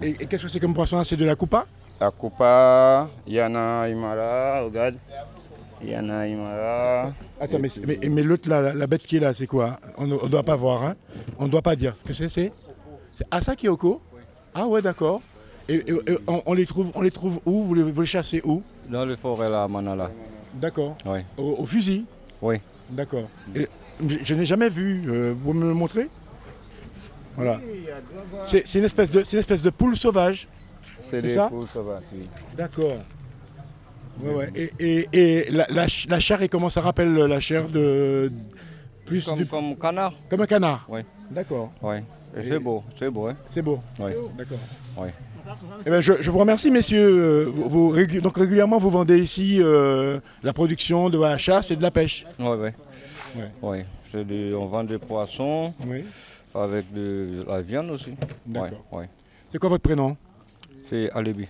Et, et qu'est-ce que c'est comme poisson C'est de la coupa La coupa, il y en a un Imara, regarde. Il y en a un Imara. Attends, mais, mais, mais l'autre, là, la, la bête qui est là, c'est quoi On ne on doit pas voir, hein on ne doit pas dire. Ce que c'est, c'est c'est Asakioko Ah ouais, d'accord. Et, et- et on, on les trouve, on les trouve où vous les, vous les chassez où Dans les forêts là, à Manala. D'accord. Oui. Au, au fusil Oui. D'accord. Et Je, je n'ai jamais vu. euh, vous me le montrez Voilà. C'est c'est une, espèce de- c'est une espèce de poule sauvage. C'est C'est des ça poules sauvages, oui. D'accord. Ouais, ouais. Et, et- et la, la ch- la chair, et comment ça rappelle euh, la chair de. Plus Comme, du- comme canard. comme un canard Oui. D'accord. Oui. Et Et- c'est beau, c'est beau. Hein. C'est beau. Oui. D'accord. Oui. Eh ben, je, je vous remercie, messieurs. Euh, Vous, vous régu- donc régulièrement, vous vendez ici euh, la production de la chasse et de la pêche. Oui, oui. Ouais. Oui. C'est du- on vend des poissons Oui. avec de la viande aussi. Oui, D'accord. oui. C'est quoi votre prénom C'est Alibi.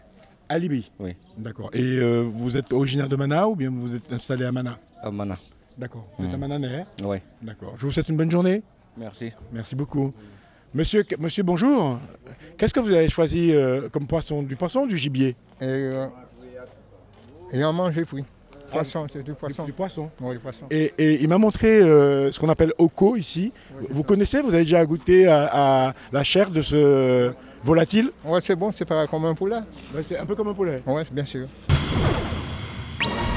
Alibi. Oui. D'accord. Et euh, vous êtes originaire de Mana ou bien vous êtes installé à Mana À Mana. D'accord. Vous êtes Mm. à Mananais. hein Oui. D'accord. Je vous souhaite une bonne journée. Merci. Merci beaucoup. Monsieur, monsieur bonjour. Qu'est-ce que vous avez choisi euh, comme poisson Du poisson ou du gibier Et, euh, et on mange les fruits. Poisson, c'est du poisson. Du poisson. Oui, du poisson. Et, et il m'a montré euh, ce qu'on appelle oko ici. Vous connaissez Vous avez déjà goûté à, à la chair de ce euh, volatile Ouais, c'est bon, c'est pas comme un poulet. Ben, C'est un peu comme un poulet. Ouais, bien sûr.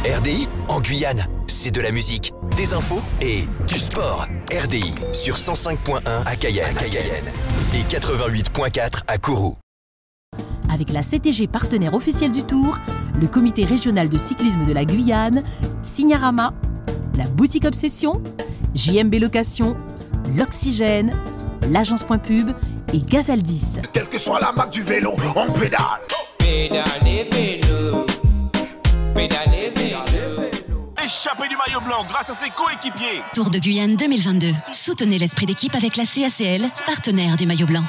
RDI en Guyane, c'est de la musique, des infos et du sport. RDI sur 105.1 à Cayenne, à Cayenne et 88.4 à Kourou. Avec la CTG partenaire officielle du Tour, le comité régional de cyclisme de la Guyane, Signarama, la boutique Obsession, JMB Location, l'Oxygène, l'agence Point Pub et Gazal 10. Quelle que soit la marque du vélo, on pédale. Pédalez vélo, pédalez vélo. Échappé du maillot blanc grâce à ses coéquipiers. Tour de Guyane 2022. Soutenez l'esprit d'équipe avec la CACL, partenaire du maillot blanc.